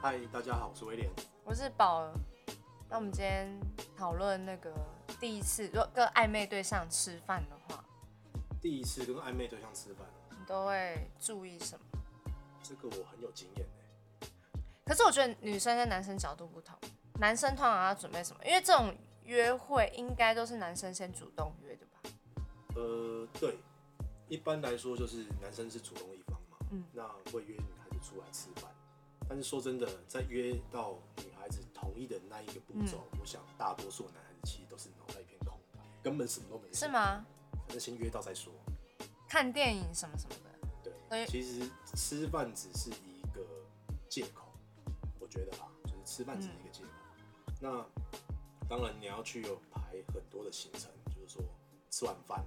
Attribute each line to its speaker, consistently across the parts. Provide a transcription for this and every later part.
Speaker 1: 嗨，大家好，我是威廉。
Speaker 2: 我是宝儿。那我们今天讨论那个第一次，如果跟暧昧对象吃饭的话，
Speaker 1: 第一次跟暧昧对象吃饭，
Speaker 2: 你都会注意什么？
Speaker 1: 这个我很有经验哎、
Speaker 2: 可是我觉得女生跟男生角度不同，男生通常要准备什么？因为这种约会应该都是男生先主动约的吧？
Speaker 1: 呃，对，一般来说就是男生是主动一方嘛，
Speaker 2: 嗯
Speaker 1: 那会约女孩子出来吃饭。但是说真的，在约到女孩子同意的那一个步骤，
Speaker 2: 嗯
Speaker 1: 我想大多数男孩子其实都是脑袋一片空白，根本什么都没想。
Speaker 2: 是吗？
Speaker 1: 反正先约到再说。
Speaker 2: 看电影什么什么的，所
Speaker 1: 对，
Speaker 2: 以
Speaker 1: 其实吃饭只是一个借口，我觉得啦，就是吃饭只是一个借口。那当然你要去有排很多的行程，就是说吃完饭，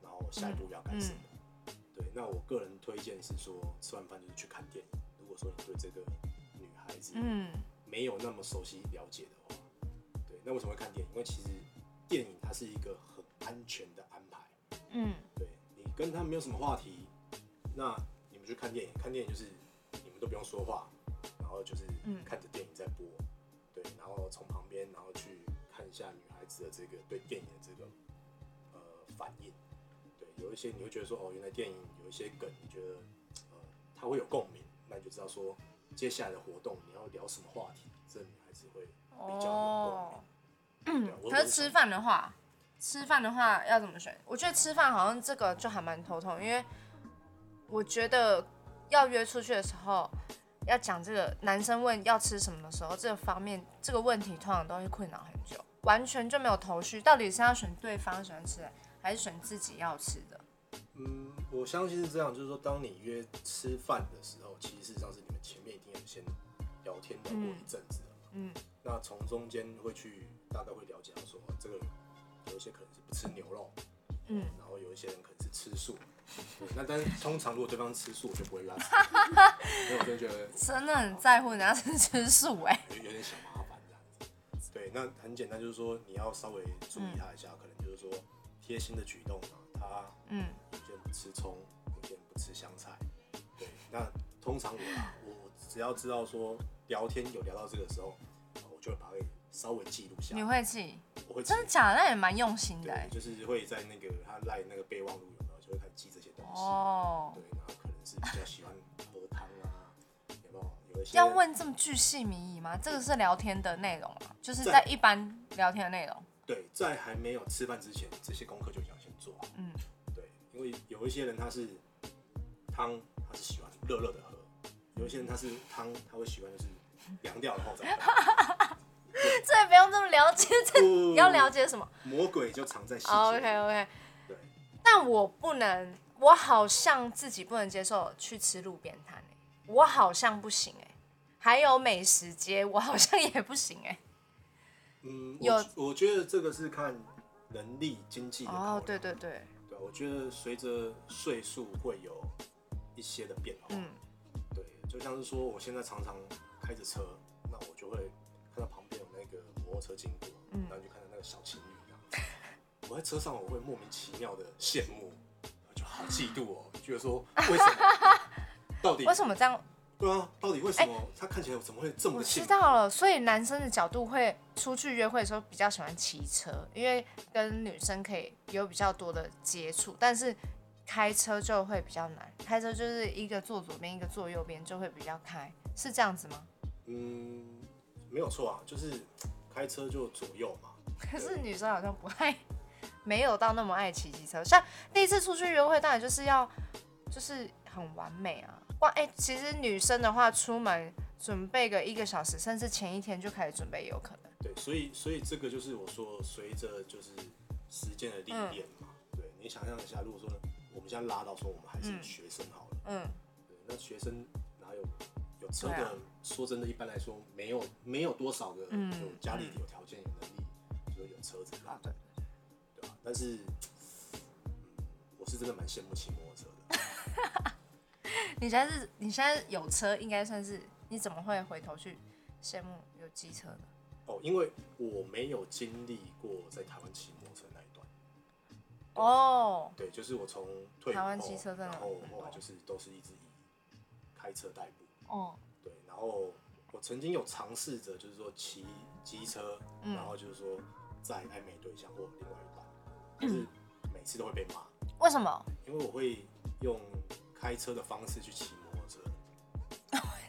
Speaker 1: 然后下一步要干什么。对，那我个人推荐是说，吃完饭就是去看电影。如果说你对这个女孩子
Speaker 2: 嗯，
Speaker 1: 没有那么熟悉了解的话，对，那为什么会看电影？因为其实电影它是一个很安全的安排。
Speaker 2: 嗯，
Speaker 1: 对你跟他没有什么话题，那你们去看电影，看电影就是你们都不用说话，然后就是
Speaker 2: 嗯
Speaker 1: 看着电影在播，对，然后从旁边然后去看一下女孩子的这个对电影的这个呃反应，对，有一些你会觉得说哦，原来电影有一些梗，你觉得呃他会有共鸣，那你就知道说接下来的活动你要聊什么话题，这女孩子会比较有共鸣。
Speaker 2: 哦
Speaker 1: 对啊我
Speaker 2: 可是吃饭的话，吃饭的话要怎么选？我觉得吃饭好像这个就还蛮头痛，因为我觉得要约出去的时候，要讲这个男生问要吃什么的时候，这个方面这个问题通常都会困扰很久，完全就没有头绪，到底是要选对方喜欢吃的，还是选自己要吃的？
Speaker 1: 嗯，我相信是这样，就是说，当你约吃饭的时候，其实事实上是你们前面一定有先聊天聊过一阵子了嘛
Speaker 2: 嗯
Speaker 1: 那从中间会去大概会了解到说，这个人有一些可能是不吃牛肉，
Speaker 2: 嗯，
Speaker 1: 然后有一些人可能是吃素。对，那但是通常如果对方吃素，我就不会约他吃，因为我真的觉得
Speaker 2: 真的很在乎人家吃吃素哎、
Speaker 1: 有有点小麻烦这样子。对，那很简单，就是说你要稍微注意他一下，可能就是说贴心的举动嘛，他
Speaker 2: 嗯
Speaker 1: 有些人不吃葱，有些人不吃香菜。对，那通常我啦，我只要知道说聊天有聊到这个时候，哦我就会把它给稍微记录下来。
Speaker 2: 你会记？
Speaker 1: 我会记
Speaker 2: 真的假的？那也蛮用心的哎、
Speaker 1: 对，就是会在那个他赖那个备忘录有没有，就会开始记这些东西。
Speaker 2: 哦
Speaker 1: 对，，然后可能是比较喜欢喝汤啊，有没有？有一些
Speaker 2: 要问这么巨细靡遗吗？这个是聊天的内容啊，就是在一般聊天的内容。
Speaker 1: 对，在还没有吃饭之前，这些功课就想先做好。
Speaker 2: 嗯
Speaker 1: 对，因为有一些人他是汤，他是喜欢热热的喝；有一些人他是汤，他会喜欢就是凉掉然后再 喝。
Speaker 2: 这也不用这么了解，这
Speaker 1: 不
Speaker 2: 你要了解什么、
Speaker 1: 呃魔鬼就藏在细节。
Speaker 2: o k OK，
Speaker 1: 对，
Speaker 2: 但我不能，我好像自己不能接受去吃路边摊、欸、我好像不行哎、还有美食街，我好像也不行哎、
Speaker 1: 嗯，
Speaker 2: 有
Speaker 1: 我我觉得这个是看能力、经济的考量
Speaker 2: 哦，对对对，
Speaker 1: 对，我觉得随着岁数会有一些的变化。
Speaker 2: 嗯
Speaker 1: 对，就像是说我现在常常开着车，那我就会看到旁边有那个摩托车经过，
Speaker 2: 嗯
Speaker 1: 然后就看到那个小情侣这样子。我在车上我会莫名其妙的羡慕，我就好嫉妒哦，觉得说为什 么？到底
Speaker 2: 为什么这样？
Speaker 1: 对啊，到底为什么、他看起来怎么会这么
Speaker 2: 哎我
Speaker 1: 的幸
Speaker 2: 知
Speaker 1: 福？
Speaker 2: 道了，所以男生的角度会出去约会的时候比较喜欢骑车，因为跟女生可以有比较多的接触，但是开车就会比较难。开车就是一个坐左边，一个坐右边，就会比较开，是这样子吗？
Speaker 1: 嗯，没有错啊，就是开车就左右嘛。
Speaker 2: 可是女生好像不爱，没有到那么爱骑机车。像第一次出去约会，当然就是要就是很完美啊。哇，哎、其实女生的话，出门准备个一个小时，甚至前一天就开始准备，有可能。
Speaker 1: 对，所以所以这个就是我说，随着就是时间的历
Speaker 2: 嗯
Speaker 1: 练嘛，对你想象一下，如果说我们现在拉到说我们还是
Speaker 2: 嗯
Speaker 1: 学生好了，
Speaker 2: 嗯，
Speaker 1: 对，那学生哪有有车
Speaker 2: 对
Speaker 1: 的？
Speaker 2: 啊
Speaker 1: 说真的，一般来说没有没有多少个
Speaker 2: 嗯
Speaker 1: 有家里有条件有能力，就是有车子拉
Speaker 2: 好，的。
Speaker 1: 对吧、但是，嗯，我是真的蛮羡慕骑摩托车的。
Speaker 2: 你现在是，你现在有车，应该算是，你怎么会回头去羡慕有机车呢？
Speaker 1: 哦，因为我没有经历过在台湾骑摩托车那一段。
Speaker 2: 哦，
Speaker 1: 对，就是我从退伍
Speaker 2: 台湾
Speaker 1: 后
Speaker 2: 骑车真的
Speaker 1: 然后
Speaker 2: 很
Speaker 1: 后来
Speaker 2: 多
Speaker 1: 就是都是一直以开车代步，
Speaker 2: 哦，
Speaker 1: 对，然后我曾经有尝试着，就是说骑机车，
Speaker 2: 嗯
Speaker 1: 然后就是说载暧昧对象或另外一半，但
Speaker 2: 嗯
Speaker 1: 是每次都会被骂，
Speaker 2: 为什么？
Speaker 1: 因为我会用开车的方式去骑摩托车，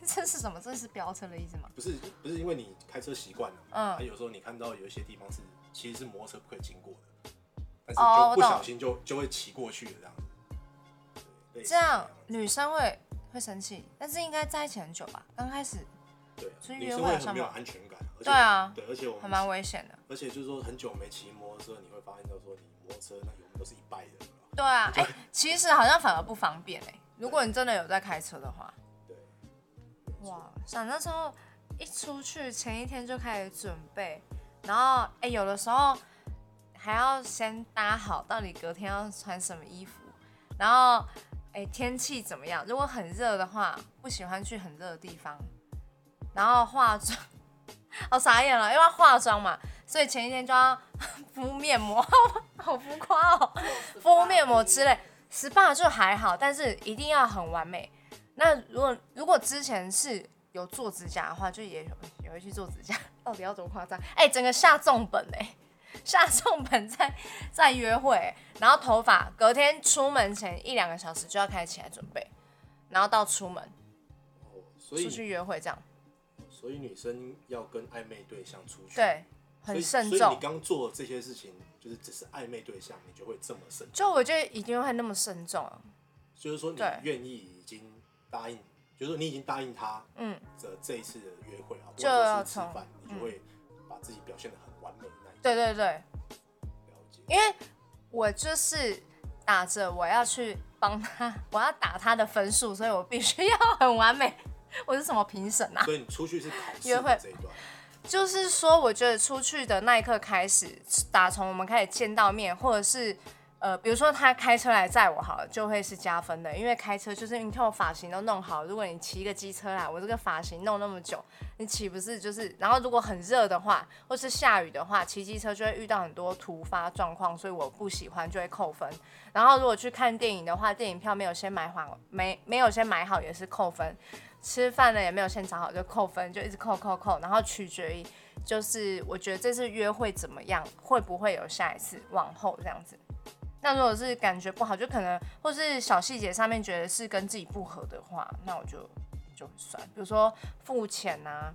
Speaker 2: 这是什么？这是飙车的意思吗？
Speaker 1: 不是不是因为你开车习惯了，啊
Speaker 2: 嗯
Speaker 1: 还有时候你看到有一些地方是其实是摩托车不可以经过的，但是
Speaker 2: 哦
Speaker 1: 就
Speaker 2: 我
Speaker 1: 不
Speaker 2: 懂
Speaker 1: 小心就就会骑过去了这样子，对类似
Speaker 2: 这样
Speaker 1: 子
Speaker 2: 女生会会生气，但是应该在一起很久吧？刚开始，
Speaker 1: 对啊
Speaker 2: 出去
Speaker 1: 女
Speaker 2: 约
Speaker 1: 生
Speaker 2: 会
Speaker 1: 会
Speaker 2: 好
Speaker 1: 很
Speaker 2: 像
Speaker 1: 没有
Speaker 2: 蛮
Speaker 1: 安全感，而且
Speaker 2: 对啊
Speaker 1: 对，而且我
Speaker 2: 还
Speaker 1: 们
Speaker 2: 蛮危险的。
Speaker 1: 而且就是说很久没骑摩托车，你会发现到说你摩托车那油门都是一拜的了。
Speaker 2: 对啊，哎、其实好像反而不方便哎、如果你真的有在开车的话，
Speaker 1: 对，
Speaker 2: 哇，想那时候一出去前一天就开始准备，然后哎、有的时候还要先搭好到底隔天要穿什么衣服，然后哎、天气怎么样？如果很热的话，不喜欢去很热的地方，然后化妆， 哦傻眼了，因为要化妆嘛，所以前一天就要 敷面膜， 好浮夸哦，敷面膜之类。SPA 就还好，但是一定要很完美。那如果如果之前是有做指甲的话，就也有也会去做指甲， 到底要多夸张？哎、整个下重本哎、下重本在在约会欸、然后头发隔天出门前一两个小时就要开始起来准备，然后到出门
Speaker 1: 哦，所
Speaker 2: 出
Speaker 1: 以
Speaker 2: 去约会这样，
Speaker 1: 所以女生要跟暧昧对象出去，
Speaker 2: 对，
Speaker 1: 所以，
Speaker 2: 很慎
Speaker 1: 所以
Speaker 2: 重
Speaker 1: 你。刚做这些事情，就是只是暧昧对象，你就会这么慎重，
Speaker 2: 就我就一定会那么慎重啊，
Speaker 1: 就是说你
Speaker 2: 对
Speaker 1: 愿意已经答应，就是说你已经答应他
Speaker 2: 嗯，
Speaker 1: 的这一次的约会啊，
Speaker 2: 就
Speaker 1: 或者
Speaker 2: 要
Speaker 1: 是吃
Speaker 2: 从嗯
Speaker 1: 饭，你就会把自己表现的很完美那一
Speaker 2: 对对对，
Speaker 1: 了解。
Speaker 2: 因为我就是打着我要去帮他，我要打他的分数，所以我必须要很完美。 我是什么评审啊？
Speaker 1: 所以你出去是考试
Speaker 2: 约
Speaker 1: 的
Speaker 2: 会
Speaker 1: 这一段，
Speaker 2: 就是说，我觉得出去的那一刻开始，打从我们开始见到面，或者是呃，比如说他开车来载我好了，就会是加分的，因为开车就是你看我发型都弄好，如果你骑一个机车来，我这个发型弄那么久，你岂不是就是？然后如果很热的话，或是下雨的话，骑机车就会遇到很多突发状况，所以我不喜欢就会扣分。然后如果去看电影的话，电影票没有先买好，没没有先买好也是扣分。吃饭呢也没有先找好就扣分，就一直扣扣扣，然后取决于就是我觉得这次约会怎么样，会不会有下一次往后这样子。那如果是感觉不好，就可能或是小细节上面觉得是跟自己不合的话，那我就就会算，比如说付钱啊，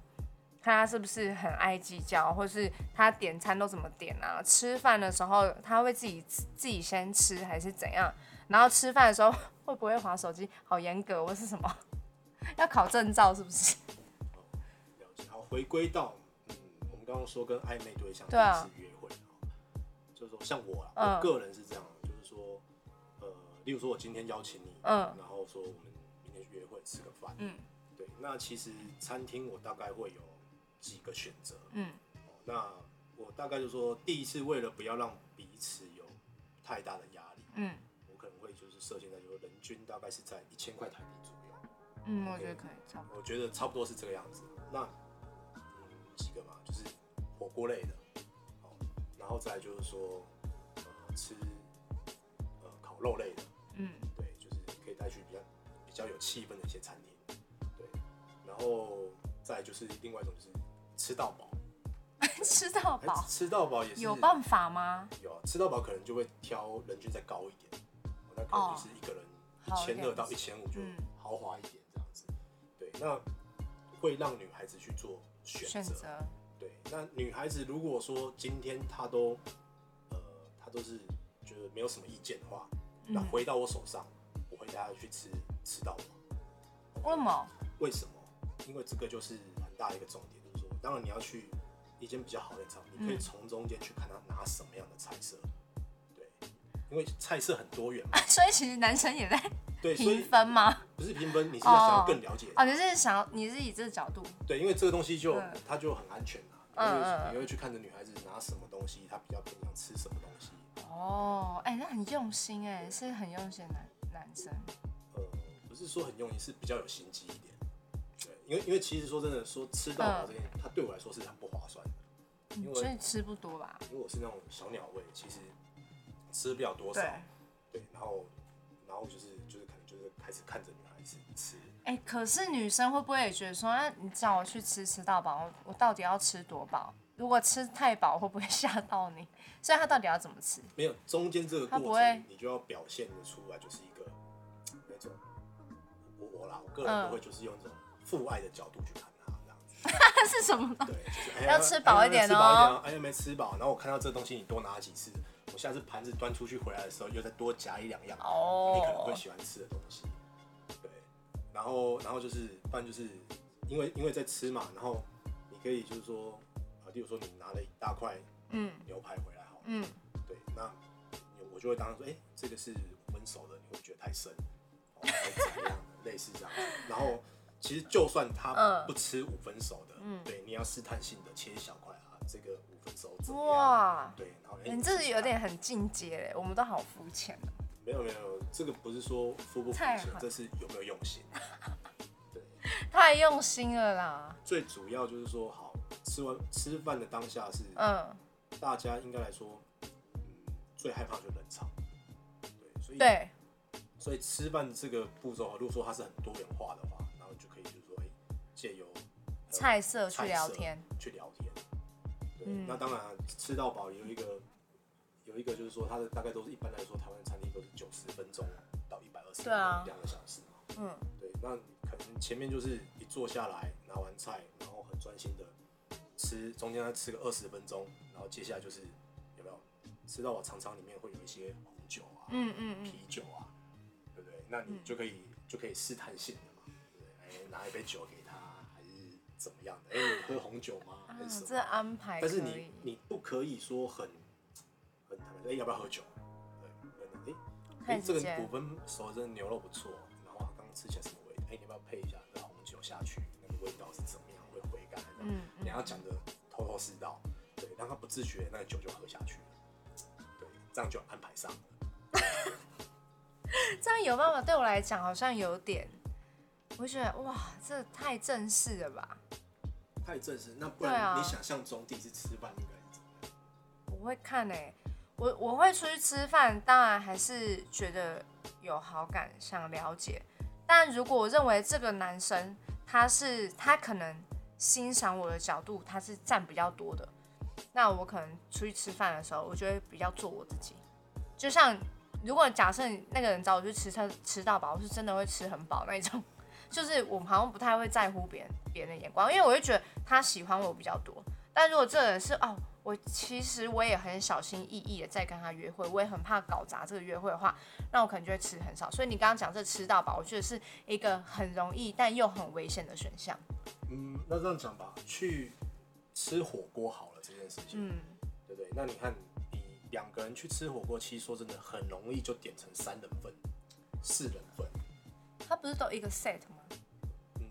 Speaker 2: 看他是不是很爱计较，或是他点餐都怎么点啊，吃饭的时候他会自己自己先吃还是怎样，然后吃饭的时候会不会划手机，好严格，我是什么要考证照是不是？
Speaker 1: 了解。好，回归到嗯，我们刚刚说跟暧昧对象第
Speaker 2: 对啊
Speaker 1: 一次约会，哦就是说像我啦，
Speaker 2: 嗯
Speaker 1: 我个人是这样，就是说，呃，例如说我今天邀请你，
Speaker 2: 嗯
Speaker 1: 然后说我们明天去约会吃个饭，
Speaker 2: 嗯
Speaker 1: 对，那其实餐厅我大概会有几个选择，
Speaker 2: 嗯
Speaker 1: 哦那我大概就说第一次为了不要让彼此有太大的压力，
Speaker 2: 嗯
Speaker 1: 我可能会就是设定在就是人均大概是在一千块台币左右。
Speaker 2: 嗯，我觉得可以，差不多。
Speaker 1: 我觉得差不多是这个样子。那嗯，几个嘛，就是火锅类的，哦，然后再来就是说，呃，吃呃烤肉类的，
Speaker 2: 嗯
Speaker 1: 对，就是可以带去比较比较有气氛的一些餐厅，对，然后再来就是另外一种就是吃到饱，，
Speaker 2: 吃到
Speaker 1: 哎
Speaker 2: 饱
Speaker 1: 吃到饱也是
Speaker 2: 有办法吗？
Speaker 1: 有啊，吃到饱可能就会挑人均再高一点，那可能就是一个人一
Speaker 2: 哦好一
Speaker 1: 千
Speaker 2: 点
Speaker 1: 二到一千五就
Speaker 2: 嗯
Speaker 1: 豪华一点这样子。对，那会让女孩子去做选
Speaker 2: 选
Speaker 1: 择。
Speaker 2: 择，
Speaker 1: 对，那女孩子如果说今天她都呃她都是觉得没有什么意见的话，那
Speaker 2: 嗯
Speaker 1: 回到我手上，我会带她去吃吃到饱。
Speaker 2: 为什么？
Speaker 1: 为什么？因为这个就是很大的一个重点，就是说，当然你要去一间比较好的餐厅，你可以
Speaker 2: 嗯
Speaker 1: 从中间去看他拿什么样的菜色，对，因为菜色很多元嘛，
Speaker 2: 啊所以其实男生也在
Speaker 1: 对，所
Speaker 2: 评
Speaker 1: 以
Speaker 2: 分吗？
Speaker 1: 不是评分，你是要想要更了解，
Speaker 2: 哦，你是想要你是以这个角度，
Speaker 1: 对，因为这个东西就
Speaker 2: 嗯
Speaker 1: 它就很安全啊，
Speaker 2: 嗯
Speaker 1: 你
Speaker 2: 嗯
Speaker 1: 会
Speaker 2: 嗯
Speaker 1: 你会去看着女孩子拿什么东西，她比较偏向吃什么东西，
Speaker 2: 哦，哎、那很用心哎、是很用心的男男生，
Speaker 1: 呃，不是说很用力，是比较有心机一点，对，因为因为其实说真的，说吃
Speaker 2: 嗯
Speaker 1: 到饱这件，它对我来说是很不划算的，因
Speaker 2: 所
Speaker 1: 为
Speaker 2: 以吃不多吧？
Speaker 1: 因为我是那种小鸟胃，其实吃不了多少。对，然后然后就是就是可能就是就开始看着女孩子吃。
Speaker 2: 哎、可是女生会不会也觉得说，啊，你叫我去吃吃到饱，我我到底要吃多饱？如果吃太饱，会不会吓到你？所以她到底要怎么吃？
Speaker 1: 没有中间这个
Speaker 2: 他不
Speaker 1: 过
Speaker 2: 会
Speaker 1: 程，你就要表现的出来，就是一个那种我我啦，我个人
Speaker 2: 嗯
Speaker 1: 都会就是用这种父爱的角度去看他这样子。
Speaker 2: 那是什么呢？
Speaker 1: 对，就是哎呀
Speaker 2: 嗯要吃饱一点哦
Speaker 1: 哎呀没吃饱一点哦，哎呀没吃饱。然后我看到这东西，你多拿几次，我下次盘子端出去回来的时候，又再多夹一两样，
Speaker 2: 哦
Speaker 1: 你可能会喜欢吃的东西。对，然后然后就是，不然就是因为因为在吃嘛，然后你可以就是说，呃，例如说你拿了一大块
Speaker 2: 嗯
Speaker 1: 牛排回来好了，
Speaker 2: 嗯，
Speaker 1: 对，那我就会当时说，哎、这个是温熟的，你会觉得太生，哦还是怎么样的，类似这样 子。然后其实就算他
Speaker 2: 嗯
Speaker 1: 不吃五分熟的，
Speaker 2: 嗯
Speaker 1: 对，你要试探性的切一小块啊，这个五分熟怎么样？
Speaker 2: 哇，
Speaker 1: 对，然后哎、
Speaker 2: 你这有点很进阶嘞，我们都好肤浅哦。
Speaker 1: 啊没有没有，这个不是说肤不肤
Speaker 2: 太
Speaker 1: 浅
Speaker 2: 好，
Speaker 1: 这是有没有用心。对，
Speaker 2: 太用心了啦。
Speaker 1: 最主要就是说，好吃完吃饭的当下是
Speaker 2: 嗯，
Speaker 1: 大家应该来说，嗯，最害怕就是冷场。对，所以
Speaker 2: 对，
Speaker 1: 所以吃饭这个步骤，啊如果说它是很多元化的话，然后就可以就是说，哎、借由呃
Speaker 2: 菜色去
Speaker 1: 菜
Speaker 2: 聊
Speaker 1: 色
Speaker 2: 天，
Speaker 1: 去聊天。对，
Speaker 2: 嗯
Speaker 1: 那当然啊吃到饱有一个有一个就是说，它的大概都是一般来说台湾餐厅都是九十分钟到一百二十分
Speaker 2: 对啊
Speaker 1: 钟两个小时嘛。
Speaker 2: 嗯
Speaker 1: 对，那可能前面就是一坐下来拿完菜，然后很专心的吃，中间再吃个二十分钟，然后接下来就是有没有吃到我常常里面会有一些红酒啊，
Speaker 2: 嗯嗯嗯，
Speaker 1: 啤酒啊，对不对？那你就可以、就可以试探性的嘛，对不对？哎，拿一杯酒给他，还是怎么样 的？哎，你喝红酒吗？
Speaker 2: 啊
Speaker 1: 还是什
Speaker 2: 这
Speaker 1: 么？
Speaker 2: 安排可
Speaker 1: 但
Speaker 2: 以。
Speaker 1: 是你你不可以说很很坦白说，哎，要不要喝酒？对，可能哎
Speaker 2: 太
Speaker 1: 哎，这
Speaker 2: 直
Speaker 1: 个
Speaker 2: 接
Speaker 1: 五分熟的牛肉不错，然后刚刚吃起来什么味道？哎，你要不要配一下那个红酒下去？那个味道是怎么样？会回甘？
Speaker 2: 嗯
Speaker 1: 你要讲的头头是道，对，让他不自觉，那个酒就喝下去了对，这样就安排上了。
Speaker 2: 这样有办法对我来讲好像有点，我会觉得哇，这太正式了吧？
Speaker 1: 太正式，那不
Speaker 2: 对啊
Speaker 1: 然你想象中第一次吃饭应该是怎么样？
Speaker 2: 我会看诶、欸我我会出去吃饭，当然还是觉得有好感，想了解。但如果我认为这个男生他是他可能欣赏我的角度他是占比较多的，那我可能出去吃饭的时候，我就会比较做我自己。就像如果假设那个人找我去吃他吃到饱，我是真的会吃很饱那一种， 就是我好像不太会在乎别人别人的眼光，因为我会觉得他喜欢我比较多。但如果这个人是哦，我其实我也很小心翼翼的在跟他约会，我也很怕搞砸这个约会的话，那我可能就会吃很少。所以你刚刚讲这吃到饱，我觉得是一个很容易但又很危险的选项。
Speaker 1: 嗯，那这样讲吧，去吃火锅好了这件事情，
Speaker 2: 嗯，
Speaker 1: 对不对？那你看，你两个人去吃火锅，其实说真的很容易就点成三人份、四人份。
Speaker 2: 它不是都一个 set 吗？
Speaker 1: 嗯，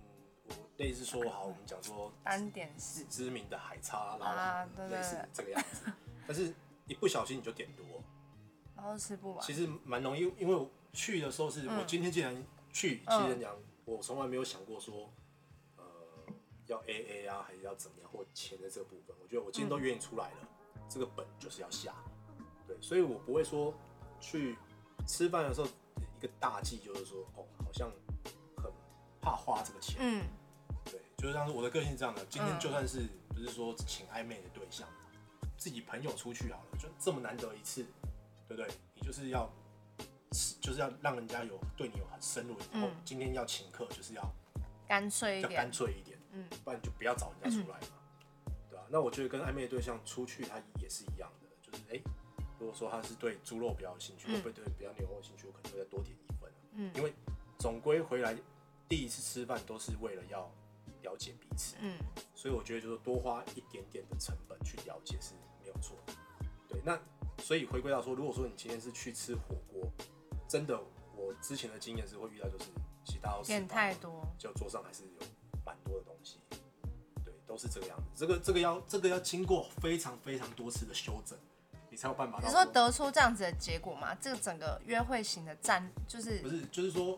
Speaker 1: 我类似说好，我们讲说
Speaker 2: 单点式。
Speaker 1: 知名的海叉
Speaker 2: 啊
Speaker 1: 啦，
Speaker 2: 对对
Speaker 1: 类似这个样子，但是一不小心你就点多，
Speaker 2: 然后吃不完
Speaker 1: 其。实蛮容易，因为我去的时候是、
Speaker 2: 嗯
Speaker 1: 我今天既然去，
Speaker 2: 嗯
Speaker 1: 其实讲、我从来没有想过说，呃，要 A A 啊，还是要怎么样，或钱的这个部分，我觉得我今天都约你出来了，
Speaker 2: 嗯
Speaker 1: 这个本就是要下，对，所以我不会说去吃饭的时候一个大忌就是说，哦，好像很怕花这个钱，
Speaker 2: 嗯，
Speaker 1: 对，就是像是我的个性是这样的，今
Speaker 2: 嗯
Speaker 1: 天就算是不是说请暧昧的对象，自己朋友出去好了，就这么难得一次，对不对？你就是要，就是要让人家有对你有很深入的，然后
Speaker 2: 嗯
Speaker 1: 今天要请客，就是要
Speaker 2: 干脆一
Speaker 1: 要干
Speaker 2: 点。
Speaker 1: 脆一点，
Speaker 2: 嗯，
Speaker 1: 不然你就不要找人家出来嘛，对啊，那我觉得跟暧昧的对象出去，他也是一样的，就是哎、诶如果说他是对猪肉比较有兴趣，
Speaker 2: 嗯
Speaker 1: 会不会对比较牛肉有兴趣，我可能会再多点一份啊、
Speaker 2: 嗯
Speaker 1: 因为总归回来第一次吃饭都是为了要了解彼此，
Speaker 2: 嗯，
Speaker 1: 所以我觉得就是多花一点点的成本去了解是没有错的。对，那所以回归到说，如果说你今天是去吃火锅，真的，我之前的经验是会遇到，就是其实大家都吃
Speaker 2: 点
Speaker 1: 饱
Speaker 2: 太
Speaker 1: 了
Speaker 2: 多。
Speaker 1: 就桌上还是有蛮多的东西，对，都是这个样子。这个这个要这个要经过非常非常多次的修正，你才有办法到。
Speaker 2: 你说得出这样子的结果吗？这个整个约会型的战就是
Speaker 1: 不是，就是说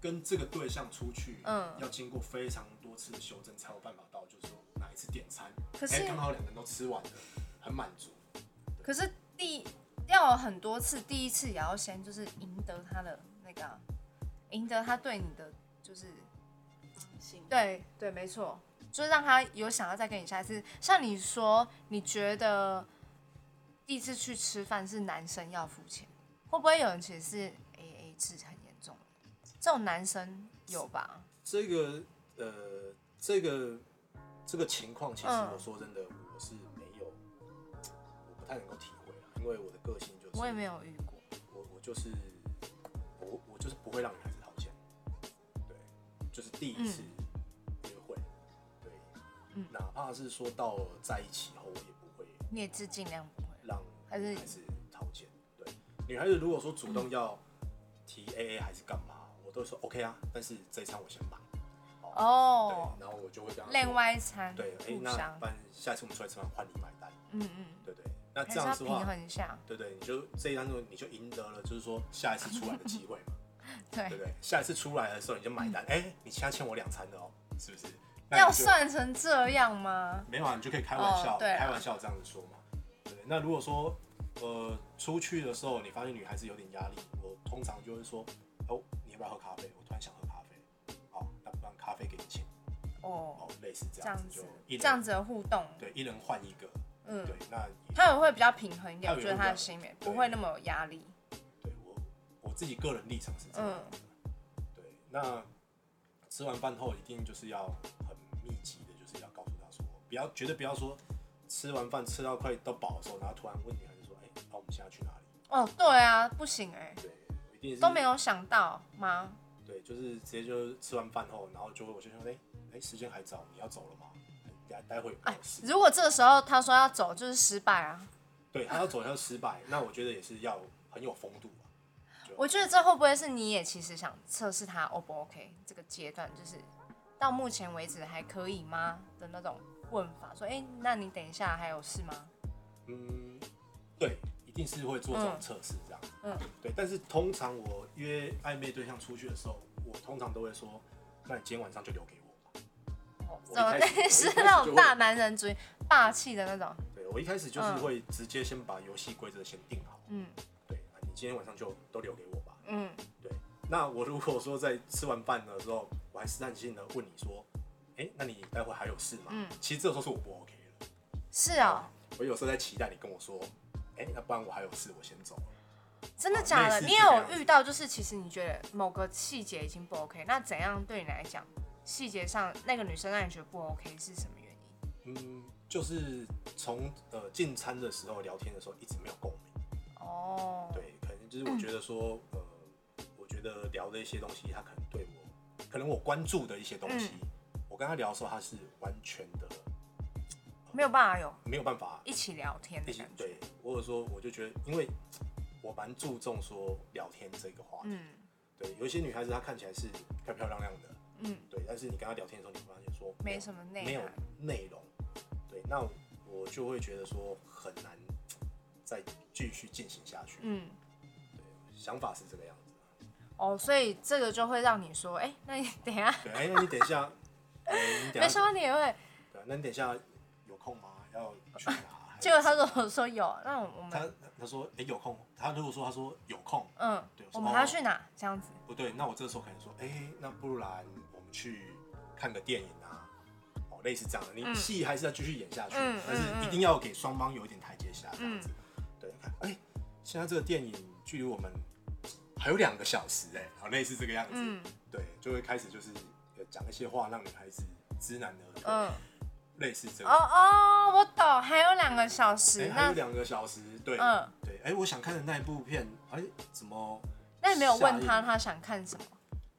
Speaker 1: 跟这个对象出去，
Speaker 2: 嗯
Speaker 1: 要经过非常多次的修正，才有办法到，就是说哪一次点餐，
Speaker 2: 可是
Speaker 1: 哎刚好两个人都吃完了，很满足。
Speaker 2: 可是第要有很多次，第一次也要先就是赢得他的那个啊，哎、赢得他对你的就是
Speaker 3: 行，
Speaker 2: 对对，没错，就是让他有想要再跟你下一次。像你说，你觉得第一次去吃饭是男生要付钱，会不会有人其实是哎 A A 制很严重的？这种男生有吧？
Speaker 1: 这个呃，这个这个情况，其实
Speaker 2: 嗯
Speaker 1: 我说真的，我是没有，我不太能够体会啦，因为我的个性就是，
Speaker 2: 我也没有遇过。
Speaker 1: 我我就是我我就是不会让女孩子掏钱，对，就是第一次约会，对，
Speaker 2: 嗯
Speaker 1: 哪怕是说到在一起后，我也不会
Speaker 2: 你也是尽量不会。
Speaker 1: 让
Speaker 2: 还是嗯
Speaker 1: 女孩子掏钱。对，女孩子如果说主动要提 AA 还是干嘛，我都说 OK 啊，但是这一餐我先买。
Speaker 2: 哦
Speaker 1: 对，，然后我就会跟她说
Speaker 2: 另外一餐
Speaker 1: 哦对，哎、
Speaker 2: 互
Speaker 1: 那
Speaker 2: 相，
Speaker 1: 不然下次我们出来吃饭换你买单，
Speaker 2: 嗯嗯，
Speaker 1: 对不对？那这
Speaker 2: 还是
Speaker 1: 样
Speaker 2: 要
Speaker 1: 子
Speaker 2: 平
Speaker 1: 的话，
Speaker 2: 衡一下，
Speaker 1: 对对，你就这一单你就赢得了，就是说下一次出来的机会嘛，对
Speaker 2: 对，嗯
Speaker 1: 不对？ 下一次出来的时候你就买单，哎、你现在欠我两餐的哦，是不是？那你
Speaker 2: 要
Speaker 1: 就
Speaker 2: 算成这样吗？
Speaker 1: 没有啊，你就可以开玩笑，
Speaker 2: 哦对啊
Speaker 1: 开玩笑这样子说嘛，对不对？那如果说呃出去的时候你发现女孩子有点压力，我通常就会说，哦，你要不要喝咖啡？我突然想喝咖啡，好，那不然咖啡给你请，
Speaker 2: 哦
Speaker 1: 哦，，类似这
Speaker 2: 这
Speaker 1: 样
Speaker 2: 样
Speaker 1: 子
Speaker 2: 子
Speaker 1: 就一，人
Speaker 2: 这样子的互动，
Speaker 1: 对一人换一个，
Speaker 2: 嗯
Speaker 1: 对，，那也
Speaker 2: 他也会比较平衡一点，
Speaker 1: 他
Speaker 2: 我
Speaker 1: 也
Speaker 2: 觉
Speaker 1: 会
Speaker 2: 得
Speaker 1: 比
Speaker 2: 他
Speaker 1: 较
Speaker 2: 的心里
Speaker 1: 对
Speaker 2: 不会那么有压力。
Speaker 1: 对我我自己个人立场是这样
Speaker 2: 嗯
Speaker 1: 子的。对，那吃完饭后一定就是要很密集的，就是要告诉他说，不要绝对不要说吃完饭吃到快到饱的时候，然后突然问女孩子说，哎、那我们现在去哪里？
Speaker 2: 哦，对啊，不行哎、
Speaker 1: 对，我一定是
Speaker 2: 都没。有想到吗？
Speaker 1: 对，就是直接就是吃完饭后，然后就会我就说，哎、哎、时间还早，你要走了吗？哎待待会有
Speaker 2: 哎
Speaker 1: 事，
Speaker 2: 如果这个时候他说要走，就是失败啊。
Speaker 1: 对他要走要失败，那我觉得也是要很有风度啊吧。
Speaker 2: 我觉得这会不会是你也其实想测试他 O 不 OK 这个阶段，就是到目前为止还可以吗的那种问法？说，哎、那你等一下还有事吗？
Speaker 1: 嗯，对，一定是会做这种
Speaker 2: 嗯
Speaker 1: 测试这样。
Speaker 2: 嗯，
Speaker 1: 对，但是通常我约暧昧对象出去的时候，我通常都会说，那你今天晚上就留给我吧。
Speaker 2: 哦
Speaker 1: 我一
Speaker 2: 怎么
Speaker 1: 开始我一
Speaker 2: 是
Speaker 1: 开始
Speaker 2: 那
Speaker 1: 就
Speaker 2: 种
Speaker 1: 会
Speaker 2: 大男人主义、霸气的那种？
Speaker 1: 对我一开始就是
Speaker 2: 嗯
Speaker 1: 会直接先把游戏规则先定好，
Speaker 2: 嗯
Speaker 1: 对，啊你今天晚上就都留给我吧。
Speaker 2: 嗯，
Speaker 1: 对，那我如果说在吃完饭的时候，我还试探性的问你说，哎、那你待会还有事吗？
Speaker 2: 嗯
Speaker 1: 其实这时候是我不 OK 的。
Speaker 2: 是啊、
Speaker 1: 我有时候在期待你跟我说，哎、那不然我还有事，我先走了。
Speaker 2: 真的假
Speaker 1: 哦类
Speaker 2: 的？
Speaker 1: 似
Speaker 2: 你也
Speaker 1: 这个样
Speaker 2: 有
Speaker 1: 子
Speaker 2: 遇到，就是其实你觉得某个细节已经不 OK，那怎样对你来讲，细节上那个女生让你觉得不 OK 是什么原因？
Speaker 1: 嗯，就是从呃进餐的时候聊天的时候一直没有共鸣，
Speaker 2: 哦，，
Speaker 1: 对，可能就是我觉得说、呃，我觉得聊的一些东西，他可能对我，可能我关注的一些东西，
Speaker 2: 嗯
Speaker 1: 我跟他聊的时候，他是完全的
Speaker 2: 没有办法有
Speaker 1: 没有办法
Speaker 2: 一起聊天
Speaker 1: 一
Speaker 2: 的
Speaker 1: 起
Speaker 2: 感觉。
Speaker 1: 对，或者说我就觉得，因为我蛮注重说聊天这个话题，
Speaker 2: 嗯
Speaker 1: 对，有一些女孩子她看起来是漂漂亮亮的，
Speaker 2: 嗯，
Speaker 1: 对，但是你跟她聊天的时候，你会发现说
Speaker 2: 没
Speaker 1: 有
Speaker 2: 什么内
Speaker 1: 没有
Speaker 2: 涵。
Speaker 1: 内容，对，那我就会觉得说很难再继续进行下去。
Speaker 2: 嗯，
Speaker 1: 想法是这个样子啊。
Speaker 2: 哦，所以这个就会让你说，哎、那你等一下，
Speaker 1: 对，哎、那你等一下，哎你等
Speaker 2: 没
Speaker 1: 一
Speaker 2: 想
Speaker 1: 下，
Speaker 2: 到你也会。
Speaker 1: 对啊，那你等一下有空吗？要去哪？
Speaker 2: 结果他跟我说有，那我
Speaker 1: 他
Speaker 2: 们，
Speaker 1: 他说哎、有空，他如果说他说有空，
Speaker 2: 嗯
Speaker 1: 对，哦
Speaker 2: 我们还要去哪？这样子，
Speaker 1: 不哦对，那我这时候可能说，哎、那不然我们去看个电影啊。哦，类似这样的，你
Speaker 2: 嗯
Speaker 1: 戏还是要继续演下去，
Speaker 2: 嗯
Speaker 1: 但
Speaker 2: 嗯
Speaker 1: 是一
Speaker 2: 嗯
Speaker 1: 定要给双方有一点台阶下，这样子。对，看，哎、现在这个电影距离我们还有两个小时、哎，好，类似这个样子。
Speaker 2: 嗯
Speaker 1: 对，就会开始就是呃讲一些话，让女孩子知难而退，
Speaker 2: 嗯，
Speaker 1: 类似这
Speaker 2: 哦
Speaker 1: 个。
Speaker 2: 哦，我懂，还有两个小
Speaker 1: 哎、
Speaker 2: 时，
Speaker 1: 还有
Speaker 2: 那
Speaker 1: 两个小时，对，
Speaker 2: 嗯
Speaker 1: 对，哎、我想看的那一部片，哎、怎么？
Speaker 2: 那你没有问
Speaker 1: 下
Speaker 2: 他
Speaker 1: 一
Speaker 2: 他想看什么？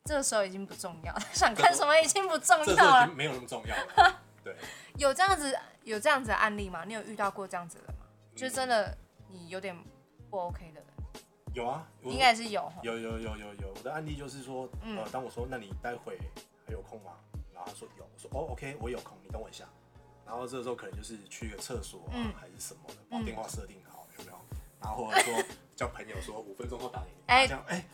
Speaker 2: 这个时候已经不重要，他 想看什么已经不重
Speaker 1: 这时
Speaker 2: 要
Speaker 1: 候已
Speaker 2: 了
Speaker 1: 经。没有那么重要了。对，
Speaker 2: 有这样子有这样子的案例吗？你有遇到过这样子的吗？就真的你有点不 OK 的人，
Speaker 1: 有啊，我
Speaker 2: 应该是有吼。
Speaker 1: 有有有有有。我的案例就是说，
Speaker 2: 嗯
Speaker 1: 呃，当我说那你待会还有空吗？然后他说有，我说哦，OK，我有空，你等我一下。然后这时候可能就是去个厕所啊，
Speaker 2: 嗯
Speaker 1: 还是什么的，把电话设定好，有没有？然后或者 说叫朋友说五分钟后打给你，
Speaker 2: 哎
Speaker 1: 哎，这样哎，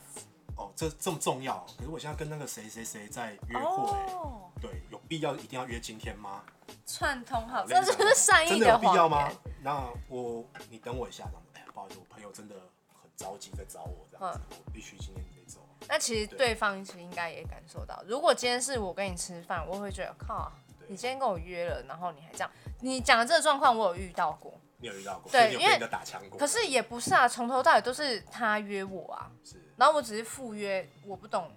Speaker 1: 哦，这这么重要，可是我现在跟那个谁谁谁在约哎会，
Speaker 2: 哦，
Speaker 1: 对，有必要一定要约今天吗？
Speaker 2: 串通好，
Speaker 1: 类
Speaker 2: 这
Speaker 1: 似
Speaker 2: 就是善
Speaker 1: 哦真
Speaker 2: 意
Speaker 1: 的有必
Speaker 2: 谎
Speaker 1: 要
Speaker 2: 言。
Speaker 1: 吗？那我你
Speaker 2: 嗯
Speaker 1: 等我一下，这样子，哎，不好意思，我朋友真的很着急在找我，这样子，我必须今天得走。
Speaker 2: 那其实
Speaker 1: 对
Speaker 2: 对方其实应该也感受到，如果今天是我跟你吃饭，我会觉得靠、
Speaker 1: 对
Speaker 2: 你今天跟我约了，然后你还这样，你讲的这个状况我有遇到过，
Speaker 1: 你有遇到过，
Speaker 2: 对
Speaker 1: 所以你有
Speaker 2: 因为
Speaker 1: 被人家打枪过，
Speaker 2: 可是也不是啊，从头到尾都是他约我啊，
Speaker 1: 是
Speaker 2: 然后我只是赴约，我不懂，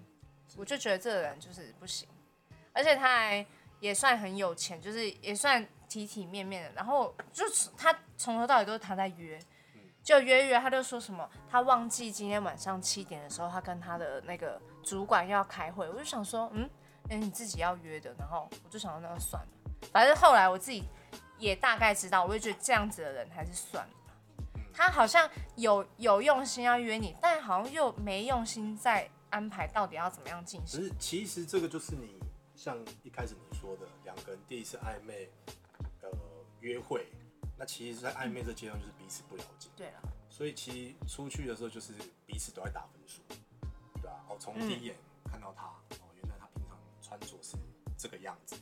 Speaker 2: 我就觉得这个人就是不行，而且他还也算很有钱，就是也算体体面面的，然后就是他从头到尾都是他在约。就约约，他就说什么，他忘记今天晚上七点的时候，他跟他的那个主管要开会。我就想说，嗯，那、你自己要约的，然后我就想说，那就算了。反正后来我自己也大概知道，我就觉得这样子的人还是算了。他好像有有用心要约你，但好像又没用心在安排到底要怎么样进
Speaker 1: 只
Speaker 2: 行。
Speaker 1: 是其实这个就是你像一开始你说的，两个人第一次暧昧，呃，约会，那其实，在暧昧这阶段就是彼此不了解，
Speaker 2: 对了，
Speaker 1: 所以其实出去的时候就是彼此都在打分数，对啊，哦，从
Speaker 2: 嗯
Speaker 1: 第一眼看到他，哦，原来他平常穿着是这个样子，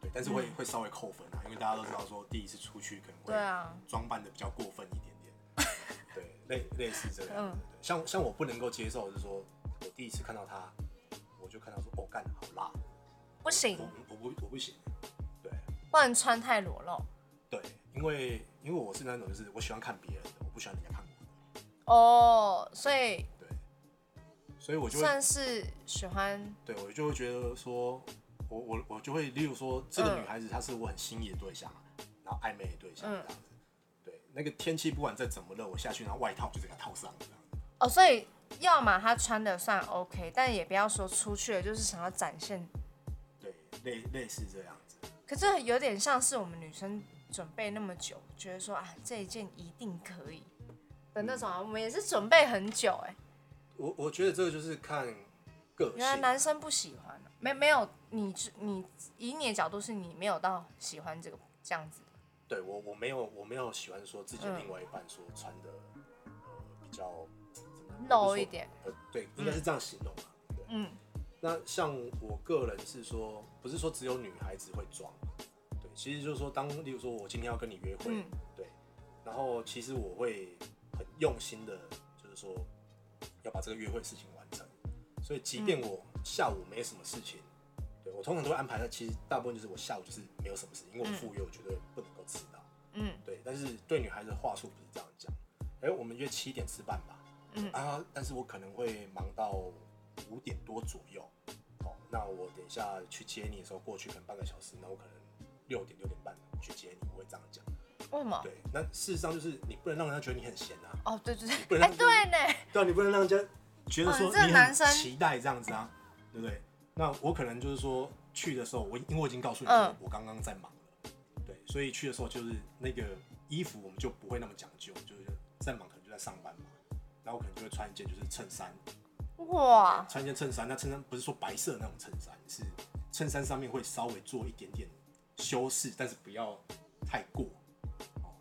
Speaker 1: 对，但是会、会稍微扣分啊，因为大家都知道说第一次出去可能
Speaker 2: 嗯对
Speaker 1: 会
Speaker 2: 啊，
Speaker 1: 装扮的比较过分一点点， 对，类类似这个样子，
Speaker 2: 嗯
Speaker 1: 对像像我不能够接受，就是说我第一次看到他，我就看到说哦，干好辣，
Speaker 2: 不行
Speaker 1: 我，我不我不行，对
Speaker 2: 不能穿太裸露。
Speaker 1: 对，因为因为我是那种就是我喜欢看别人的，我不喜欢人家看我的。
Speaker 2: 哦，所以
Speaker 1: 对，所以我就会
Speaker 2: 算是喜欢，
Speaker 1: 对我就会觉得说，我我我就会，例如说这个女孩子她是我很心仪的对象，然后暧昧的对象这
Speaker 2: 嗯
Speaker 1: 样子。对，那个天气不管再怎么热，我下去然后外套就给她套上这样子。
Speaker 2: 哦，所以要么他穿的算 OK，但也不要说出去了就是想要展现，
Speaker 1: 对，类类似这样子。
Speaker 2: 可这有点像是我们女生准备那么久，觉得说啊这一件一定可以的那种啊，我们也是准备很久哎、
Speaker 1: 我我觉得这个就是看个
Speaker 2: 原来
Speaker 1: 性，
Speaker 2: 男生不喜欢啊、没没有你你以你的角度是你没有到喜欢这个这样子的，
Speaker 1: 对我我没有我没有喜欢说自己的
Speaker 2: 嗯
Speaker 1: 另外一半说穿的呃比较怎么样
Speaker 2: 露一，点，
Speaker 1: 我不是说呃对，应该是这样形容啊。对。
Speaker 2: 嗯，
Speaker 1: 那像我个人是说，不是说只有女孩子会装，对，其实就是说当，例如说我今天要跟你约会，
Speaker 2: 嗯
Speaker 1: 对，然后其实我会很用心的，就是说要把这个约会事情完成，所以即便我下午没什么事情，对我通常都会安排在，其实大部分就是我下午就是没有什么事情，因为我赴约我绝对不能够迟到，
Speaker 2: 嗯
Speaker 1: 对，但是对女孩子的话术不是这样讲，哎、我们约七点吃饭吧，
Speaker 2: 嗯
Speaker 1: 啊，但是我可能会忙到五点多左右，哦，那我等一下去接你的时候过去可能半个小时，那我可能六点六点半去接你，我会这样讲，
Speaker 2: 为什么？
Speaker 1: 对，那事实上就是你不能让人家觉得你很闲啊，
Speaker 2: 哦，对对
Speaker 1: 不
Speaker 2: 对，
Speaker 1: 能
Speaker 2: 哎、对呢，
Speaker 1: 对啊，你不能让人家觉得
Speaker 2: 哦
Speaker 1: 说
Speaker 2: 你这个
Speaker 1: 你很
Speaker 2: 男生
Speaker 1: 期待这样子啊，对不对？那我可能就是说去的时候，我因为我已经告诉你
Speaker 2: 嗯
Speaker 1: 说我刚刚在忙了，对，所以去的时候就是那个衣服我们就不会那么讲究，就是在忙可能就在上班嘛，然后我可能就会穿一件就是衬衫，
Speaker 2: 哇，
Speaker 1: 穿一件衬衫，那衬衫不是说白色的那种衬衫，是衬衫上面会稍微做一点点修饰，但是不要太过，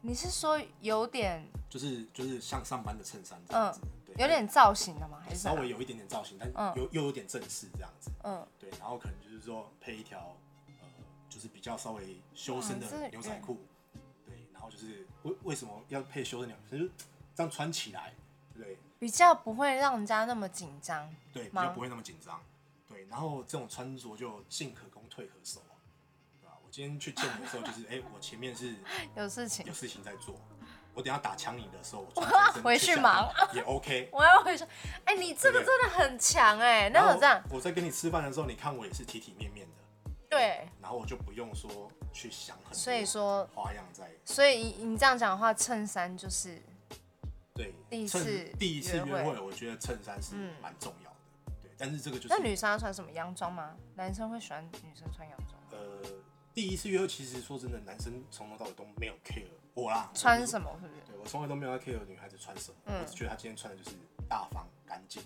Speaker 2: 你是说有点
Speaker 1: 就是就是像上班的衬衫这样子，对，
Speaker 2: 嗯有点造型的吗？还是
Speaker 1: 稍
Speaker 2: 怎
Speaker 1: 微
Speaker 2: 样
Speaker 1: 有一点点造型，但
Speaker 2: 嗯
Speaker 1: 又、又有点正式这样子，
Speaker 2: 嗯。
Speaker 1: 对，然后可能就是说配一条呃，就是比较稍微修身
Speaker 2: 哇嗯这
Speaker 1: 的牛仔裤，对，然后就是为为什么要配修身牛仔裤，就是这样穿起来，对不对？
Speaker 2: 比较不会让人家那么紧张。
Speaker 1: 对，比
Speaker 2: 吗
Speaker 1: 较不会那么紧张。对，然后这种穿着就进可攻退可守啊，对吧、我今天去见你的时候， 就是哎、我前面是
Speaker 2: 有事情
Speaker 1: 有，事情在做，我等一下打枪你的时候， 我穿这一身
Speaker 2: 回去
Speaker 1: 下
Speaker 2: 忙
Speaker 1: 班也 OK。
Speaker 2: 我要回去。哎、你这个真的很强哎、
Speaker 1: 然
Speaker 2: 那
Speaker 1: 后
Speaker 2: 我这样，
Speaker 1: 我在跟你吃饭的时候，你看我也是体体面面的，
Speaker 2: 对，
Speaker 1: 然后我就不用说去想很多
Speaker 2: 所以说，
Speaker 1: 花样在
Speaker 2: 所以你你这样讲的话，衬衫就是
Speaker 1: 对
Speaker 2: 第一
Speaker 1: 趁
Speaker 2: 次
Speaker 1: 第一次
Speaker 2: 约
Speaker 1: 约
Speaker 2: 会
Speaker 1: 会，我觉得衬衫是
Speaker 2: 嗯
Speaker 1: 蛮重要的，对，但是这个就是
Speaker 2: 那女生要穿什么洋装吗？男生会喜欢女生穿洋装吗，
Speaker 1: 呃，第一次约会其实说真的，男生从头到尾都没有 care 我啦，
Speaker 2: 穿
Speaker 1: 么？
Speaker 2: 什么是不是？
Speaker 1: 对我从来都没有在 care 女孩子穿什么，
Speaker 2: 嗯
Speaker 1: 我只觉得她今天穿的就是大方干净，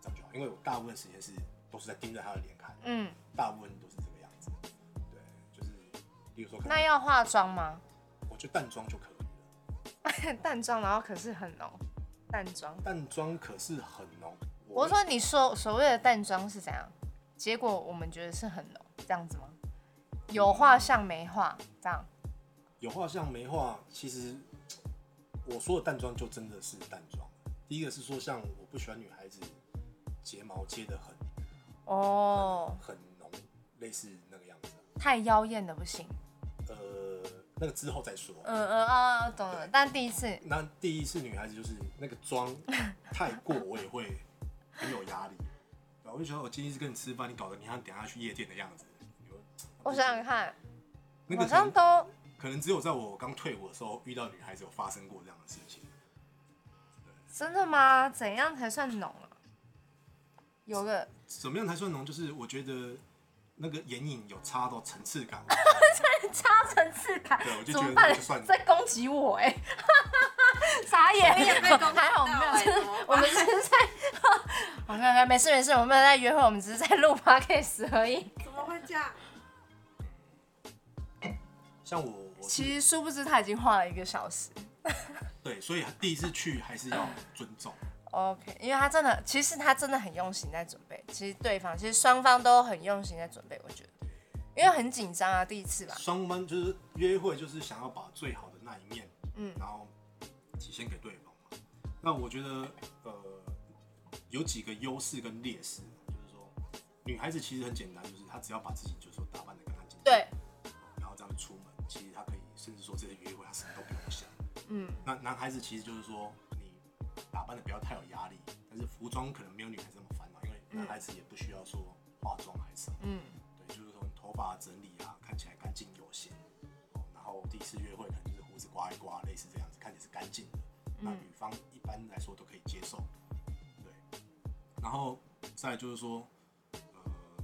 Speaker 1: 这样就好。因为我大部分时间是都是在盯着她的脸看，
Speaker 2: 嗯，
Speaker 1: 大部分都是这个样子。对，就是例如说，可
Speaker 2: 那
Speaker 1: 能
Speaker 2: 要化妆吗？
Speaker 1: 我觉得淡妆就可以了，
Speaker 2: 淡妆，然后可是很浓，淡妆。
Speaker 1: 淡妆可是很浓。
Speaker 2: 我说你说所谓的淡妆是怎样？结果我们觉得是很浓，这样子吗？有画像没画，这样。
Speaker 1: 有画像没画，其实我说的淡妆就真的是淡妆。第一个是说，像我不喜欢女孩子睫毛接的很
Speaker 2: 哦，
Speaker 1: 很浓，类似那个样子。
Speaker 2: 太妖艳的不行。
Speaker 1: 呃，那个之后再说。
Speaker 2: 嗯嗯啊，懂了。但第一次，
Speaker 1: 那第一次女孩子就是那个 妆太过，我也会很有压力。然后我就觉得我今天是跟你吃饭，你搞得你像等一下去夜店的样子。有
Speaker 2: 我想想看，
Speaker 1: 那
Speaker 2: 好
Speaker 1: 个可
Speaker 2: 像
Speaker 1: 能
Speaker 2: 都
Speaker 1: 可能只有在我刚退伍的时候遇到女孩子有发生过这样的事情。
Speaker 2: 真的吗？怎样才算浓啊？有 个
Speaker 1: 怎么样才算浓？就是我觉得那个眼影有擦到层次 感，
Speaker 2: 差层次感
Speaker 1: 对我，就
Speaker 2: 怎
Speaker 1: 觉
Speaker 2: 么
Speaker 1: 得
Speaker 2: 办
Speaker 1: 就？算
Speaker 2: 在攻击我哎、 傻眼，还好没
Speaker 3: 哎
Speaker 2: 有，真的 我们只是在，我看看，没事没事，我们没有在约会，我们只是在录 podcast 而已。
Speaker 3: 怎么会这样？
Speaker 1: 像我，我是
Speaker 2: 其实殊不知他已经画了一个小时。
Speaker 1: 对，所以第一次去还是要尊重。
Speaker 2: OK，因为他真的，其实他真的很用心在准备。其实对方，其实双方都很用心在准备，我觉得，因为很紧张啊，第一次吧。
Speaker 1: 双方就是约会，就是想要把最好的那一面，
Speaker 2: 嗯
Speaker 1: 然后体现给对方嘛。那我觉得，呃，有几个优势跟劣势，就是说，女孩子其实很简单，就是她只要把自己就是说打扮的跟她今天
Speaker 2: 对，
Speaker 1: 然后这样出门，其实她可以，甚至说这些约会她什么都不用想。
Speaker 2: 嗯，
Speaker 1: 那男孩子其实就是说，你打扮的不要太有压力，但是服装可能没有女孩子那么烦恼，因为男孩子也不需要说化妆还是什么。
Speaker 2: 嗯，
Speaker 1: 对，就是从头发整理啊，看起来干净有型。哦然后第一次约会可能就是胡子刮一刮，类似这样子，看起来是干净的。那女方一般来说都可以接受。对，然后再来就是说，呃，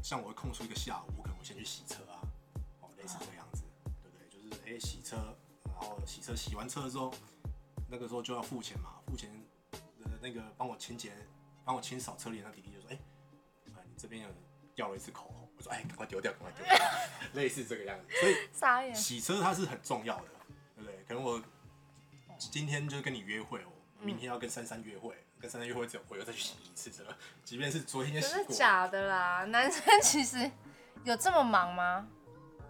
Speaker 1: 像我会空出一个下午，我可能会先去洗车啊，哦，类似这样子，对不对？就是哎、洗车，然后洗车洗完车之后，那个时候就要付钱嘛，付钱的那个帮我清洁、帮我清扫车里的那弟弟就说，哎、啊，你这边有掉了一支口红，我说哎，赶快丢掉，赶快丢掉，类似这个样子。所以
Speaker 2: 傻眼。
Speaker 1: 洗车它是很重要的，对不对？可能我今天就跟你约会，
Speaker 2: 嗯
Speaker 1: 我明天要跟珊珊约会，跟珊珊约会之后，我又再去洗一次车，即便是昨天也洗
Speaker 2: 真的
Speaker 1: 过。
Speaker 2: 假的啦？男生其实有这么忙吗？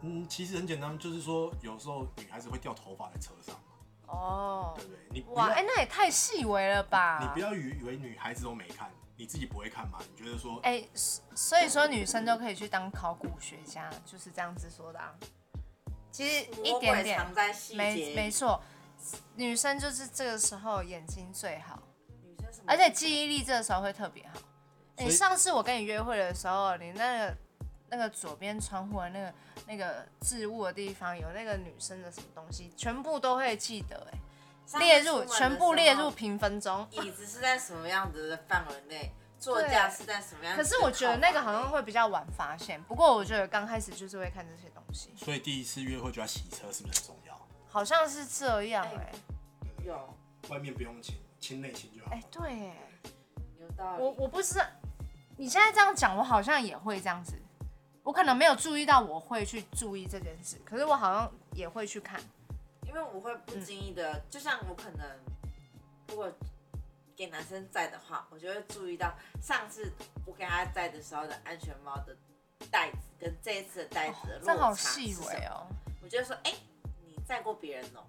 Speaker 1: 嗯，其实很简单，就是说有时候女孩子会掉头发在车上，
Speaker 2: 哦
Speaker 1: 对，不对？你不
Speaker 2: 哇，
Speaker 1: 要
Speaker 2: 哎、那也太细微了吧？
Speaker 1: 你不要以以为女孩子都没看，你自己不会看嘛？你觉得说，
Speaker 2: 哎、所所以说女生都可以去当考古学家，就是这样子说的啊。其实一
Speaker 3: 魔
Speaker 2: 点
Speaker 3: 鬼
Speaker 2: 点，
Speaker 3: 藏在细
Speaker 2: 没
Speaker 3: 节
Speaker 2: 没
Speaker 3: 里，
Speaker 2: 错，女生就是这个时候眼睛最好，
Speaker 3: 女生什么
Speaker 2: 而且记忆力这个时候会特别好。
Speaker 1: 所以
Speaker 2: 你上次我跟你约会的时候，你那个那个左边窗户的那个那个置物的地方有那个女生的什么东西，全部都会记得、哎，
Speaker 3: 上次
Speaker 2: 列入
Speaker 3: 出门的
Speaker 2: 全部列入
Speaker 3: 时
Speaker 2: 评分中。
Speaker 3: 候椅子是在什么样子的范围内，座驾是在什么样子
Speaker 2: 可
Speaker 3: 的
Speaker 2: 是我觉得那个好像
Speaker 3: 靠
Speaker 2: 会比较晚发现，不过我觉得刚开始就是会看这些东西，
Speaker 1: 所以第一次约会就要洗车，是不是很重要？
Speaker 2: 好像是这样哎、
Speaker 3: 哎
Speaker 1: 对
Speaker 3: 北有
Speaker 1: 外面不用亲，亲内亲就好。
Speaker 2: 哎、对哎、
Speaker 3: 有道理。
Speaker 2: 我我不知道，你现在这样讲，我好像也会这样子。我可能没有注意到，我会去注意这件事，可是我好像也会去看。
Speaker 3: 因为我会不经意
Speaker 2: 嗯
Speaker 3: 的，就像我可能如果给男生戴的话，我就会注意到上次我给他戴的时候的安全帽的带子跟这一次的带子的落
Speaker 2: 哦这好
Speaker 3: 差
Speaker 2: 细
Speaker 3: 是什么
Speaker 2: 微哦、
Speaker 3: 我就会说，哎、你载过别人哦、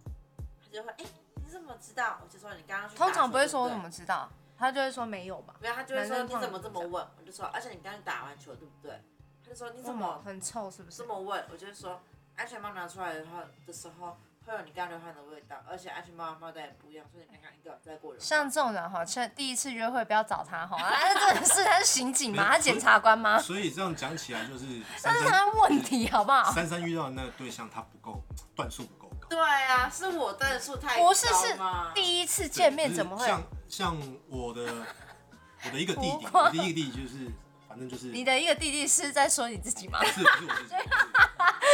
Speaker 3: 他就会，哎、你怎么知道？我就说你刚刚去打
Speaker 2: 通常不会说我
Speaker 3: 对
Speaker 2: 怎
Speaker 3: 对
Speaker 2: 么知道，他就会说没有吧。
Speaker 3: 没有，他就会
Speaker 2: 男
Speaker 3: 说
Speaker 2: 生
Speaker 3: 你
Speaker 2: 通常
Speaker 3: 怎么这么问？我就说，而且你刚刚打完球对不对？他就说你
Speaker 2: 为
Speaker 3: 怎
Speaker 2: 什么
Speaker 3: 么
Speaker 2: 哦很臭？是不是
Speaker 3: 这？么问？我就会说安全帽拿出来的话的时候会有你刚流汗的味道，而且安全帽和帽带也不一样，所以你刚刚应该有戴过人。
Speaker 2: 像这种人哈，趁第一次约会不要找他哈，啊，真的是他是刑警吗？
Speaker 1: 没有
Speaker 2: 他检察官吗？
Speaker 1: 所以这样讲起来，就是
Speaker 2: 这
Speaker 1: 珊
Speaker 2: 是
Speaker 1: 珊
Speaker 2: 他的问题好不好？
Speaker 1: 珊珊遇到的那个对象，他不够段数不够高。
Speaker 3: 对啊，是我段数太
Speaker 2: 不是是
Speaker 3: 吗？
Speaker 2: 第一次见面
Speaker 1: 对
Speaker 2: 怎么
Speaker 1: 就是
Speaker 2: 会？
Speaker 1: 像像我的我的一个弟弟
Speaker 2: 浮，夸
Speaker 1: 我的一个弟弟就是反正就是
Speaker 2: 你的一个弟弟是在说你自己吗
Speaker 1: 不？是不是我自己，不是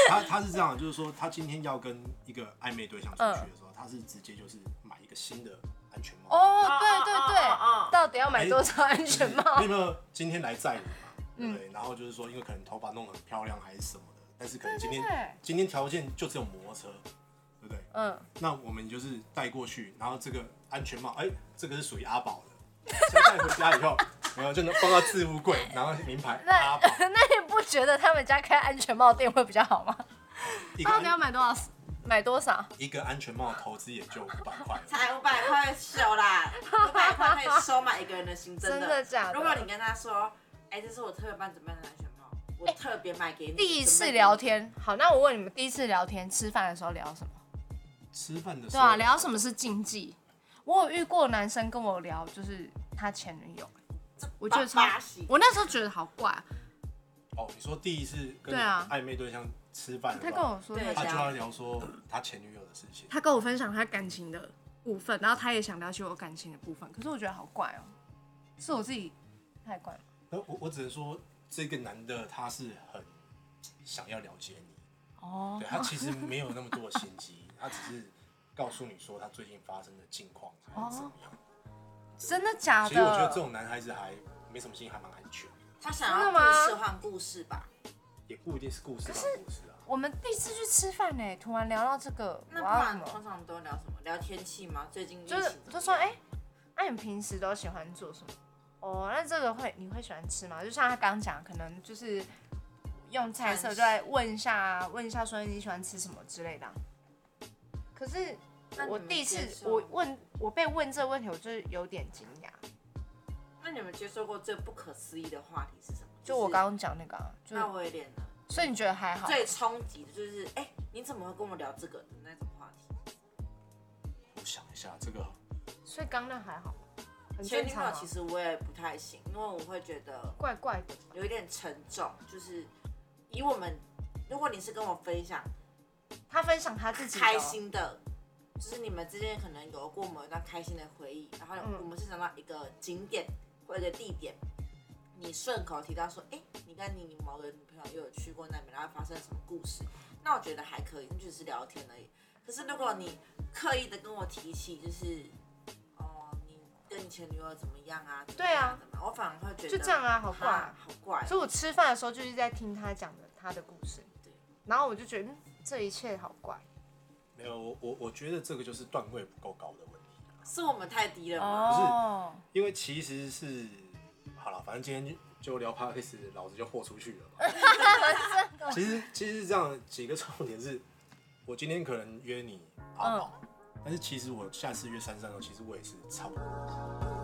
Speaker 1: 他他是这样，就是说他今天要跟一个暧昧对象出去的时候，他是直接就是买一个新的安全帽。
Speaker 2: 哦，嗯
Speaker 3: 哦
Speaker 2: 对对对，
Speaker 3: 哦哦哦
Speaker 2: 到底要买多少安全帽？ 嗯
Speaker 1: 没有没有，今天来载你嘛，对不对？然后就是说，因为可能头发弄得很漂亮还是什么的，但是可能今天
Speaker 2: 对对对
Speaker 1: 今天条件就只有摩托车，对不对？
Speaker 2: 嗯，
Speaker 1: 那我们就是带过去，然后这个安全帽，哎、这个是属于阿宝的， 先带回家以后，然后就能放到置物柜，然后名牌阿
Speaker 2: 那
Speaker 1: 宝
Speaker 2: 那你不觉得他们家开安全帽店会比较好吗？
Speaker 1: 一个
Speaker 2: 到
Speaker 1: 安
Speaker 2: 底要买多少？买多少？
Speaker 1: 一个安全帽投资也就五百块了，
Speaker 3: 才五百块 收啦，五百块可以收买一个人的心，真
Speaker 2: 真
Speaker 3: 的。
Speaker 2: 的假的？
Speaker 3: 如果你跟他说，哎、这是我特别帮你准备的安全帽，我特别买给你。
Speaker 2: 第一次
Speaker 3: 准备给你
Speaker 2: 聊，天，好，那我问你们，第一次聊天吃饭的时候聊什么？
Speaker 1: 吃饭的时
Speaker 2: 对
Speaker 1: 候
Speaker 2: 啊，聊什么是禁忌？我有遇过男生跟我聊，就是他前女友，我觉得超
Speaker 3: 巴西，
Speaker 2: 我那时候觉得好怪啊、
Speaker 1: 哦，你说第一次跟
Speaker 2: 对啊
Speaker 1: 暧昧对象吃饭的话，
Speaker 2: 他跟我说
Speaker 3: 对
Speaker 1: 他
Speaker 2: 他前
Speaker 1: 就要聊说他前女友的事情，
Speaker 2: 他跟我分享他感情的部分，然后他也想了解我感情的部分，可是我觉得好怪哦、是我自己太怪吗？
Speaker 1: 那我我只能说这个男的他是很想要了解你，
Speaker 2: 哦
Speaker 1: 对他其实没有那么多的心机，他只是告诉你说他最近发生的近况还是怎么样。
Speaker 2: 真的假的？
Speaker 1: 其实我觉得这种男孩子还没什么心，还蛮安全的，
Speaker 3: 他想要
Speaker 2: 真的吗
Speaker 3: 故事换故事吧？
Speaker 1: 也不一定是故事当故事啊。
Speaker 2: 我们第一次去吃饭呢、欸突然聊到这个，
Speaker 3: 那不
Speaker 2: 我要什
Speaker 3: 然
Speaker 2: 么
Speaker 3: 通常都聊什么？聊天气吗？最近疫情
Speaker 2: 就
Speaker 3: 怎么
Speaker 2: 是
Speaker 3: 样
Speaker 2: 就说，哎、那、你平时都喜欢做什么？哦，那这个会你会喜欢吃吗？就像他刚讲，可能就是用菜色
Speaker 3: 餐食
Speaker 2: 就在问一下，问一下说你喜欢吃什么之类的啊、可是
Speaker 3: 那你
Speaker 2: 哦我
Speaker 3: 们
Speaker 2: 第一
Speaker 3: 接
Speaker 2: 次
Speaker 3: 受
Speaker 2: 我问我被问这个问题，我就是有点惊讶。
Speaker 3: 那你们接受过最不可思议的话题是什么？
Speaker 2: 就我刚，刚讲那个、啊，就
Speaker 3: 那我也点了。
Speaker 2: 所以你觉得还好？
Speaker 3: 最冲击的就是，哎、你怎么会跟我聊这个的那种话题？
Speaker 1: 我想一下，这个
Speaker 2: 所以刚刚那还好，很
Speaker 3: 前
Speaker 2: 正
Speaker 3: 女
Speaker 2: 常啊、
Speaker 3: 友其实我也不太行，因为我会觉得
Speaker 2: 怪怪的吧。
Speaker 3: 有一点沉重，就是以我们，如果你是跟我分享
Speaker 2: 他分享他自己的哦
Speaker 3: 开，心的，就是你们之间可能有过某一段开心的回忆，然后
Speaker 2: 嗯
Speaker 3: 我们是想到一个景点或一个地点，你顺口提到说，哎、你跟你某个女朋友又有去过那边，然后发生什么故事，那我觉得还可以，那只是聊天而已。可是如果你刻意的跟我提起，就是哦、你跟你前女友怎么样啊？怎么
Speaker 2: 对啊
Speaker 3: 样，怎么样我反而会觉得
Speaker 2: 就这样啊好怪
Speaker 3: 哈好怪哦。
Speaker 2: 所以我吃饭的时候就是在听他讲的他的故事
Speaker 3: 对，
Speaker 2: 然后我就觉得、嗯、这一切好怪
Speaker 1: 没有，我我我觉得这个就是段位不够高的问题。
Speaker 3: 是我们太低了吗？
Speaker 1: 哦，因为其实是好了，反正今天就聊 p a r k s 老子就豁出去了嘛。其实其实是这样，几个重点是，我今天可能约你阿宝，但是其实我下次约珊珊的时候，其实我也是差不多。